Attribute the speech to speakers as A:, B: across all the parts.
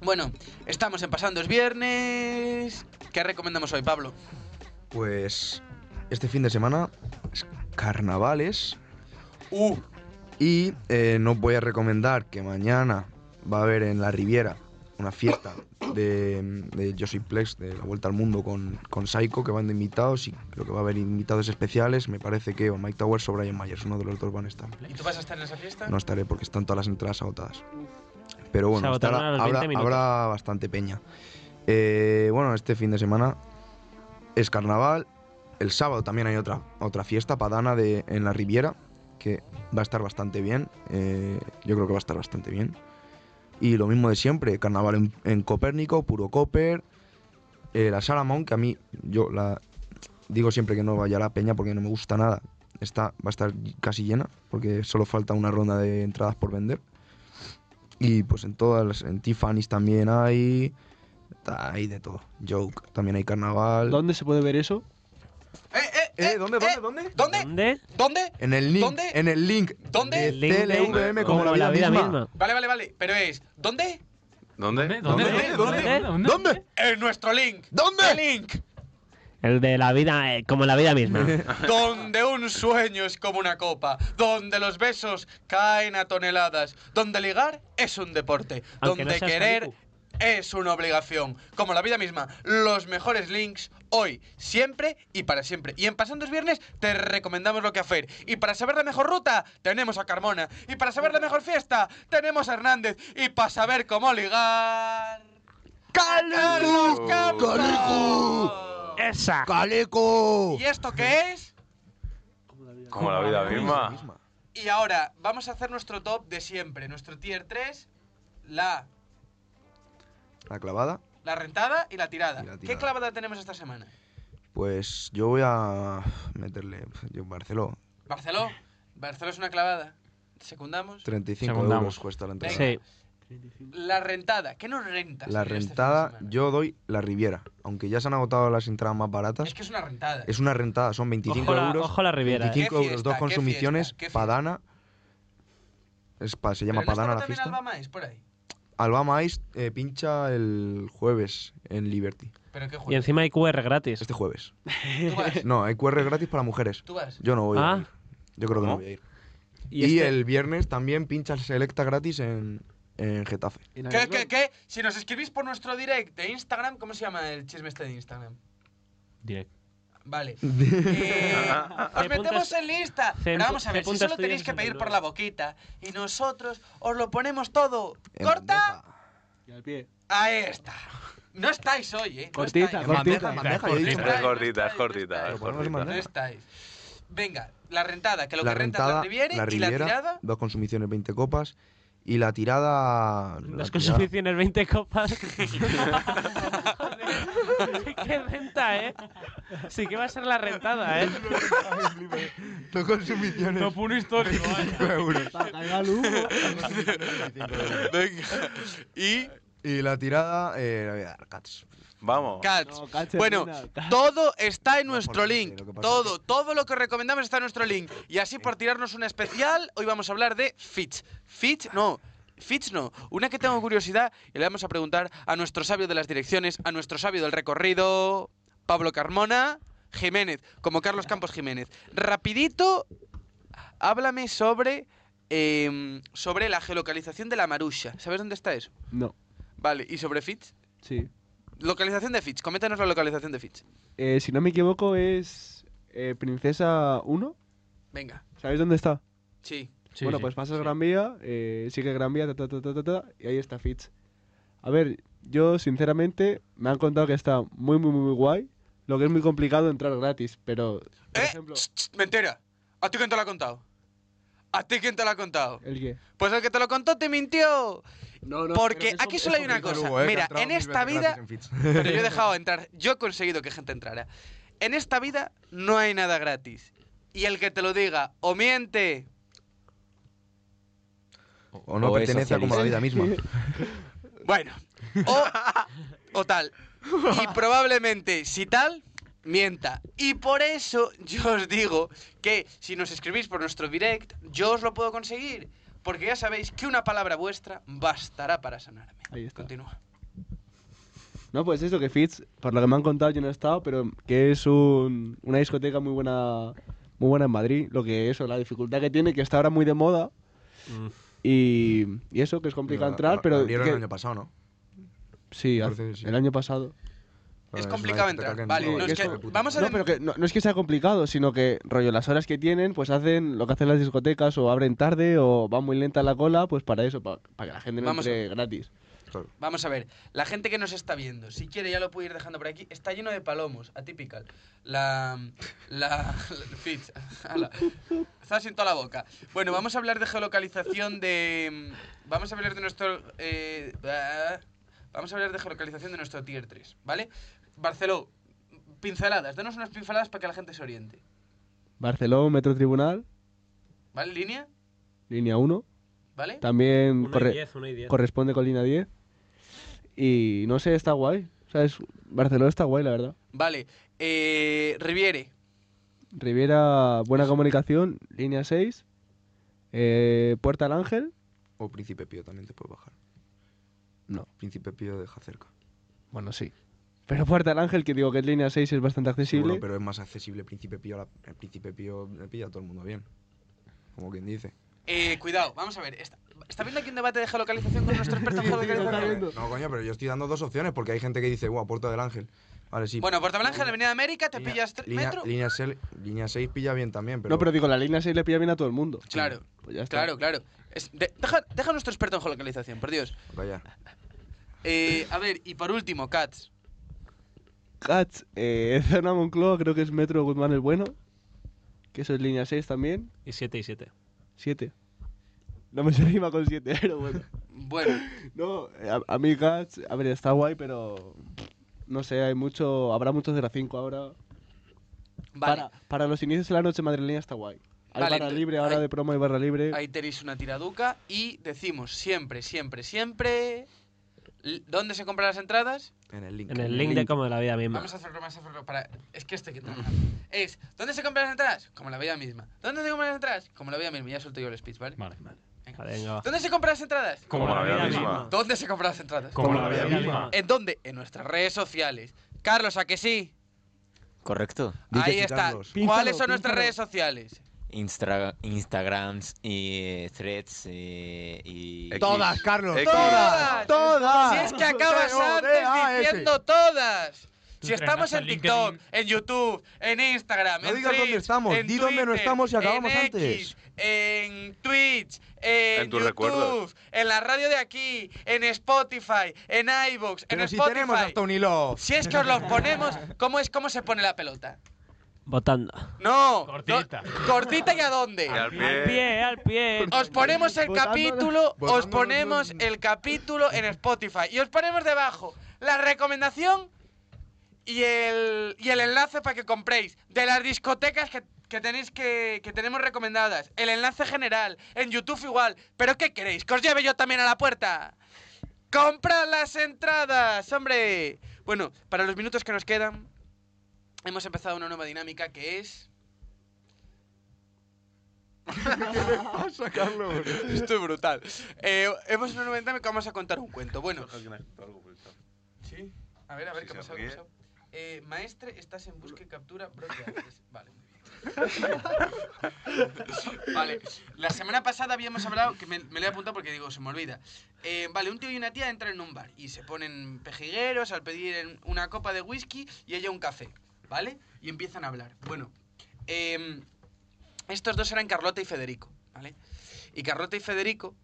A: Bueno, estamos en Pasando es Viernes. ¿Qué recomendamos hoy, Pablo?
B: Pues este fin de semana, es carnavales.
A: Uh,
B: Y eh, no voy a recomendar que mañana va a haber en la Riviera una fiesta de, de Yo Soy Plex, de la Vuelta al Mundo con, con Psycho, que van de invitados y creo que va a haber invitados especiales. Me parece que o Mike Towers o Brian Myers, uno de los dos van a estar.
A: ¿y tú vas a estar en esa fiesta?
B: No estaré porque están todas las entradas agotadas. Pero
C: Se
B: bueno,
C: agotaron
B: estará-
C: a los
B: habrá,
C: 20 minutos.
B: habrá bastante peña. Eh, bueno, este fin de semana es carnaval. El sábado también hay otra, otra fiesta padana de, en la Riviera, que va a estar bastante bien. Eh, yo creo que va a estar bastante bien. Y lo mismo de siempre, carnaval en, en Copérnico, puro Copper. eh, la Salamón, que a mí, yo la digo siempre que no vaya a la peña porque no me gusta nada. Está, va a estar casi llena, porque solo falta una ronda de entradas por vender. Y pues en todas, las- en Tiffany's también hay. Hay de todo. Joke, también hay carnaval.
C: ¿Dónde se puede ver eso?
A: Eh, eh,
B: Eh,
A: eh,
B: ¿Dónde,
A: eh,
B: dónde, dónde?
A: ¿Dónde?
C: ¿Dónde?
A: ¿Dónde?
B: En el link.
A: ¿Dónde?
B: En el link.
A: ¿Dónde?
B: de
C: El link de-
B: TLVM como, la vida, misma.
A: Vale, vale, vale. Pero es, ¿dónde?
D: ¿Dónde?
A: ¿Dónde? ¿Dónde?
B: ¿Dónde?
A: En nuestro link.
B: ¿Dónde?
A: El link.
C: El de la vida, eh, como la vida misma.
A: Donde un sueño es como una copa, donde los besos caen a toneladas, donde ligar es un deporte,
C: Aunque no
A: donde
C: seas
A: querer
C: maricu.
A: es una obligación, como la vida misma. Los mejores links hoy, siempre y para siempre. Y en Pasando es Viernes te recomendamos lo que hacer. Y para saber la mejor ruta, tenemos a Carmona. Y para saber la mejor fiesta, tenemos a Hernández. Y para saber cómo ligar... ¡Carlos Campos!
C: ¡Esa!
B: ¡Caleco!
A: ¿Y esto qué es?
D: Como la vida misma.
A: Y ahora vamos a hacer nuestro top de siempre. Nuestro tier 3, la,
B: La clavada.
A: la rentada y la tirada.
B: Y la
A: ¿Qué
B: tirada.
A: clavada tenemos esta semana?
B: Pues yo voy a meterle. pues, Yo, Barceló,
A: Barceló. Barceló es una clavada. Secundamos.
B: 35
D: Secundamos.
B: euros cuesta la entrada.
C: Sí.
A: La rentada. ¿Qué nos rentas?
B: La
A: tío, este fin de
B: rentada,
A: semana?
B: yo doy la Riviera. Aunque ya se han agotado las entradas más baratas,
A: Es que es una rentada.
B: es una rentada, son 25
C: Ojo la,
B: euros.
C: ojo la Riviera. eh.
B: 25
A: ¿Qué
B: euros,
A: fiesta?
B: dos
A: ¿Qué
B: consumiciones,
A: fiesta? ¿Qué fiesta?
B: Padana. Es pa- se llama
A: Pero no
B: Padana
A: estaba
B: la
A: también
B: fiesta.
A: Alba Maes por ahí.
B: Alba Maíz eh, pincha el jueves en Liberty.
A: Pero qué
C: Y
A: juego.
C: encima hay QR gratis.
B: Este jueves.
A: Tú vas.
B: No, hay QR gratis para mujeres.
A: Tú vas.
B: Yo no voy
C: Ah.
B: a ir. Yo creo que no
D: ¿Cómo?
B: voy a ir.
C: Y
B: Y,
C: este-
B: el viernes también pincha el Selecta gratis en, en Getafe.
A: ¿Qué, qué, qué? Si nos escribís por nuestro direct de Instagram, ¿cómo se llama el chisme este de Instagram?
C: Direct.
A: Vale. Eh, os metemos en lista.
C: C
A: Pero
C: punto-
A: vamos a ver,
C: C
A: si
C: punto
A: solo
C: estudios
A: tenéis que pedir por
C: 69.
A: la boquita y nosotros os lo ponemos todo.
B: En
A: ¿Corta?
B: bandeja.
A: Ahí está. No estáis hoy, ¿eh? No
E: Cortita,
A: estáis.
B: En bandeja, en
E: Cortita.
B: bandeja, yo he dicho
A: Cortita.
D: Es gordita, es gordita.
B: Lo
D: es
B: ponemos en
D: gordita.
A: No estáis. Venga, la rentada, que lo
B: la
A: que renta es la
B: rentada,
A: Riviera,
B: la
A: y la
B: Riviera,
A: tirada.
B: dos consumiciones, 20 copas. Y la tirada. la
C: Las
B: tirada-
C: consumiciones 20 copas. Joder. Qué renta, ¿eh? Sí que va a ser la rentada, ¿eh?
B: Dos consumiciones.
C: puro histórico,
B: euros.
A: Venga. Y
B: Y la tirada, eh, la voy a dar cats.
D: Vamos.
A: Cats. Bueno, todo está en nuestro
B: porque
A: link.
B: lo que Eh. pasa
A: Todo, todo lo que recomendamos está en nuestro link. Y así por tirarnos una especial, hoy vamos a hablar de Fitch. Fitch, no. Fitch no, una que tengo curiosidad y le vamos a preguntar a nuestro sabio de las direcciones, a nuestro sabio del recorrido, Pablo Carmona Jiménez, como Carlos Campos Jiménez. Rapidito, háblame sobre, em, sobre la geolocalización de la Marucha. ¿Sabes dónde está eso?
E: No,
A: Vale, ¿y sobre Fitch?
E: sí.
A: Localización de Fitch, coméntanos la localización de Fitch.
E: Eh, si no me equivoco, es eh, Princesa 1.
A: Venga,
E: ¿Sabéis dónde está?
A: sí.
E: bueno, pues pasas Gran Vía, eh, sigue Gran Vía, ta, ta, ta, ta, ta, ta, y ahí está Fitch. A ver, yo sinceramente me han contado que está muy, muy, muy, muy guay. Lo que es muy complicado entrar gratis, pero. Por
A: ¿Eh?
E: ejemplo,
A: Ch, ch, mentira. ¿A ti quién te lo ha contado? ¿A ti quién te lo ha contado?
E: ¿el qué?
A: Pues el que te lo contó te mintió.
E: No,
A: Porque aquí solo hay una cosa.
B: eh,
A: Mira, en esta vida... Pero yo he dejado entrar. Yo he conseguido que gente entrara. En esta vida no hay nada gratis. Y el que te lo diga o miente...
B: O no pertenece a como la vida misma.
A: Bueno. O, o tal. Y probablemente, si tal, mienta. Y por eso yo os digo que si nos escribís por nuestro direct, yo os lo puedo conseguir. Porque ya sabéis que una palabra vuestra bastará para sanarme.
E: Ahí está.
A: Continúa.
E: No, pues eso, que Fitz, por lo que me han contado, yo no he estado, pero que es un- una discoteca muy buena, muy buena en Madrid. Lo que eso, la dificultad que tiene, que está ahora muy de moda.
F: Mm.
E: Y, y eso, que es complicado
B: Pero,
E: entrar,
B: a-
E: pero...
B: abrieron
E: que-
B: el año pasado, ¿no?
E: sí,
B: parece
E: hace-
B: que sí.
E: el año pasado.
A: Es
B: una
A: complicado
B: discoteca
A: entrar.
B: que
A: Vale,
E: no,
A: no, es
E: que
A: que
E: eso-
A: vamos a
E: No,
A: dem-
E: pero que no, no es que sea complicado, sino que, rollo, las horas que tienen, pues hacen lo que hacen las discotecas, o abren tarde, o va muy lenta la cola, pues para eso, pa- para, que la gente no
A: Vamos a-
E: entre gratis.
A: Vamos a ver, la gente que nos está viendo, si quiere ya lo puede ir dejando por aquí, está lleno de palomos, atypical. La... la... la Fitz, ala, está sin toda la boca. Bueno, vamos a hablar de geolocalización de... Vamos a hablar de nuestro... eh, ah, vamos a hablar de geolocalización de nuestro Tier 3, ¿vale? Barceló, pinceladas, danos unas pinceladas para que la gente se oriente.
E: Barcelona, Metro Tribunal,
A: ¿Vale? ¿Línea?
E: línea 1.
A: ¿Vale?
E: También
F: Uno
E: corre-
F: y diez, uno y diez.
E: corresponde con línea 10. Y no sé, está guay. O sea, es- Barcelona está guay, la verdad.
A: Vale. Eh, Riviere,
E: Riviera, buena comunicación, línea 6. Eh, Puerta del Ángel.
B: O oh, Príncipe Pío también te puede bajar.
E: No.
B: Príncipe Pío deja cerca.
E: Bueno, sí. Pero Puerta del Ángel, que digo que es línea 6, es bastante
B: Sí, bueno,
E: accesible.
B: pero es más accesible Príncipe Pío. la- el Príncipe Pío le pilla a todo el mundo bien. Como quien dice.
A: Eh, cuidado, vamos a ver. ¿Está, está viendo aquí un debate de geolocalización con nuestro experto en geolocalización?
B: No, coño, pero yo estoy dando dos opciones porque hay gente que dice, guau, Puerto del Ángel. Vale, sí.
A: Bueno, Puerto Blanca, la Avenida de América, te
B: Línea-
A: pillas tre-
B: línea,
A: metro.
B: Línea, sel- línea 6 pilla bien también, pero.
E: No, pero digo, la línea 6 le pilla bien a todo el mundo.
A: Claro,
E: Pues ya está.
A: claro, claro. Es- de- deja, deja a nuestro experto en geolocalización, por Dios.
B: Vaya.
A: Eh, a ver, y por último, Cats.
E: Cats, eh, Zona Moncloa, creo que es Metro Guzmán el Bueno. Que eso es línea 6 también.
F: Y 7 y 7.
E: 7. No me sé rima con 7, pero bueno.
A: Bueno,
E: No, eh, a, a mí Guts, a ver, está guay, pero no sé, hay mucho, habrá muchos de la 5 ahora.
A: vale.
E: Para, para los inicios de la noche madrileña está guay. Hay
A: Vale,
E: barra
A: ent-
E: libre, ahora
A: hay-
E: de promo hay barra libre.
A: Ahí tenéis una tiraduca y decimos siempre, siempre, siempre. l- ¿Dónde se compran las entradas?
B: En el link.
F: En el link de como de la vida misma.
A: Vamos a hacerlo, vamos a hacerlo para... Es que esto hay que trabajar. Es, ¿dónde se compran las entradas? Como la vida misma. ¿Dónde se compran las entradas? Como la vida misma. Ya suelto yo el speech, ¿vale?
F: Vale, vale.
A: Venga.
F: Venga, va.
A: ¿Dónde se compran las entradas?
D: Como la vida misma.
A: ¿Dónde se compran las entradas?
F: Como la vida misma.
A: ¿En dónde? En nuestras redes sociales. Carlos, ¿a que sí?
G: Correcto.
B: Di que
A: Ahí
B: sí,
A: está.
B: Carlos.
A: ¿Cuáles
E: Pínzalo,
A: son nuestras
E: pínzalo.
A: redes sociales?
G: Instra- Instagrams y eh, threads eh, y...
D: X.
B: Todas, Carlos.
D: X.
A: Todas. eh,
B: ¡Todas!
A: Si es que
B: eh,
A: acabas
B: oh, T-O-D-A-S.
A: antes diciendo todas. Si
F: Tú
A: estamos
F: frenaste
A: en
F: el
A: TikTok,
F: LinkedIn.
A: en YouTube, en Instagram,
B: No
A: en
B: digas dónde
A: Twitch,
B: estamos,
A: en
B: di dónde no
A: Twitter,
B: estamos y acabamos
A: en
B: antes.
A: X, en Twitch, en,
D: En tus
A: YouTube,
D: recuerdos.
A: en la radio de aquí, en Spotify, en iVoox, en
B: Pero si
A: Spotify.
B: tenemos hasta un hilo.
A: Si es que os los ponemos, ¿cómo es cómo se pone la pelota?
F: Votando.
A: No.
F: Cortita.
A: no- cortita y a dónde.
D: Y al
C: Al
D: pie.
C: pie, al pie.
A: Os ponemos el
E: Votando-
A: capítulo, os
B: votando-
A: ponemos el capítulo en Spotify y os ponemos debajo la recomendación y el, y el enlace para que compréis de las discotecas que, que tenéis que, que tenemos recomendadas, el enlace general, en YouTube igual, pero ¿qué queréis? Que os lleve yo también a la puerta. ¡Comprad las entradas, hombre! Bueno, para los minutos que nos quedan, hemos empezado una nueva dinámica que es...
B: pasa, Carlos?
A: Esto es brutal. Eh, hemos una nueva dinámica, vamos a contar un cuento. Bueno, Sí. A ver, a ver
D: Si
A: qué ha
D: se
A: pasado.
D: ríe.
A: qué ha pasado. Eh, maestre, estás en busca y captura. bro, ¿qué haces? Vale, muy bien. vale. La semana pasada habíamos hablado, que me, me lo he apuntado porque digo, se me olvida. Eh, vale, un tío y una tía entran en un bar y se ponen pejigueros al pedir en- una copa de whisky y ella un café, ¿vale? Y empiezan a hablar. Bueno, em, estos dos eran Carlota y Federico, ¿vale? Y Carlota y Federico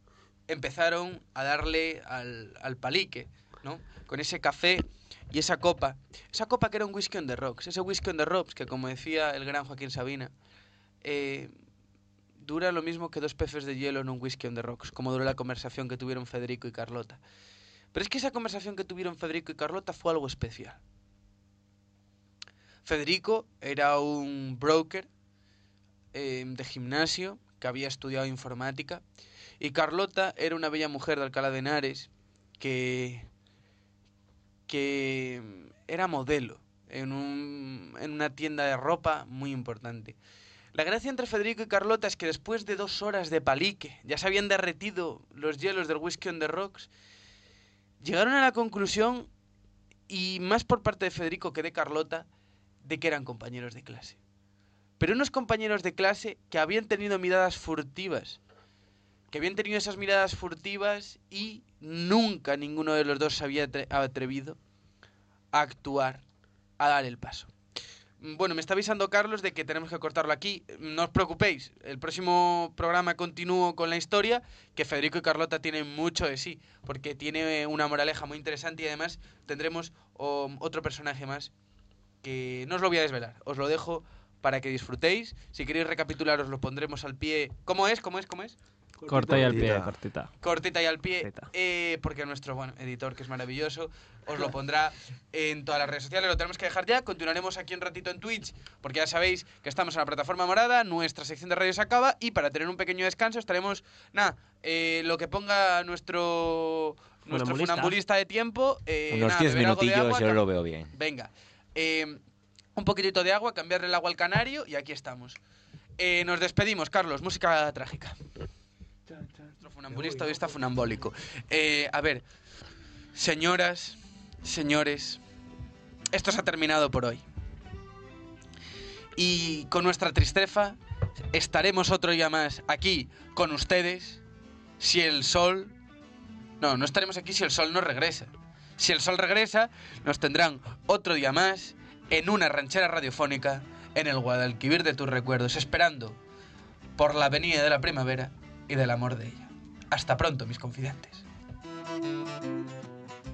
A: empezaron a darle al, al palique, ¿no? Con ese café y esa copa. Esa copa que era un whisky on the rocks. Ese whisky on the rocks que, como decía el gran Joaquín Sabina, eh, dura lo mismo que dos pefes de hielo en un whisky on the rocks, como duró la conversación que tuvieron Federico y Carlota. Pero es que esa conversación que tuvieron Federico y Carlota fue algo especial. Federico era un broker eh, de gimnasio que había estudiado informática y Carlota era una bella mujer de Alcalá de Henares que, que mm, era modelo en, un- en una tienda de ropa muy importante. La gracia entre Federico y Carlota es que después de dos horas de palique, ya se habían derretido los hielos del whisky on the rocks, llegaron a la conclusión y más por parte de Federico que de Carlota, de que eran compañeros de clase. Pero unos compañeros de clase que habían tenido miradas furtivas. Que habían tenido esas miradas furtivas y nunca ninguno de los dos se había atre- atrevido a actuar, a dar el paso. Mm, Bueno, me está avisando Carlos de que tenemos que cortarlo aquí. Mm, No os preocupéis, el próximo programa continúo con la historia, que Federico y Carlota tienen mucho de sí, porque tiene una moraleja muy interesante y además tendremos um, otro personaje más que no os lo voy a desvelar, os lo dejo para que disfrutéis. Si queréis recapitularos, lo pondremos al pie. ¿Cómo es? ¿Cómo es? ¿Cómo es?
F: Corta y al pie,
B: Cortita.
F: cortita.
A: cortita y al pie,
F: Cortita.
A: eh, porque nuestro bueno, editor, que es maravilloso, os lo pondrá en todas las redes sociales. Lo tenemos que dejar ya. Continuaremos aquí un ratito en Twitch, porque ya sabéis que estamos en la plataforma morada, nuestra sección de radio se acaba y para tener un pequeño descanso estaremos, nada, eh, lo que ponga nuestro, nuestro
F: Funambulista.
A: funambulista de tiempo. eh,
G: Unos
A: nada,
G: 10
A: beber algo de
G: minutillos
A: agua,
G: yo
A: cam-
G: lo veo bien.
A: Venga. eh, un poquitito de agua, cambiarle el agua al canario y aquí estamos. Eh, nos despedimos, Carlos. Música trágica. Nuestro funambulista hoy está funambólico. Eh, a ver, señoras, señores, esto se ha terminado por hoy. Y con nuestra tristeza estaremos otro día más aquí con ustedes si el sol... No, no estaremos aquí si el sol no regresa. Si el sol regresa, nos tendrán otro día más en una ranchera radiofónica en el Guadalquivir de tus recuerdos, esperando por la venida de la primavera y del amor de ella. Hasta pronto, mis confidentes.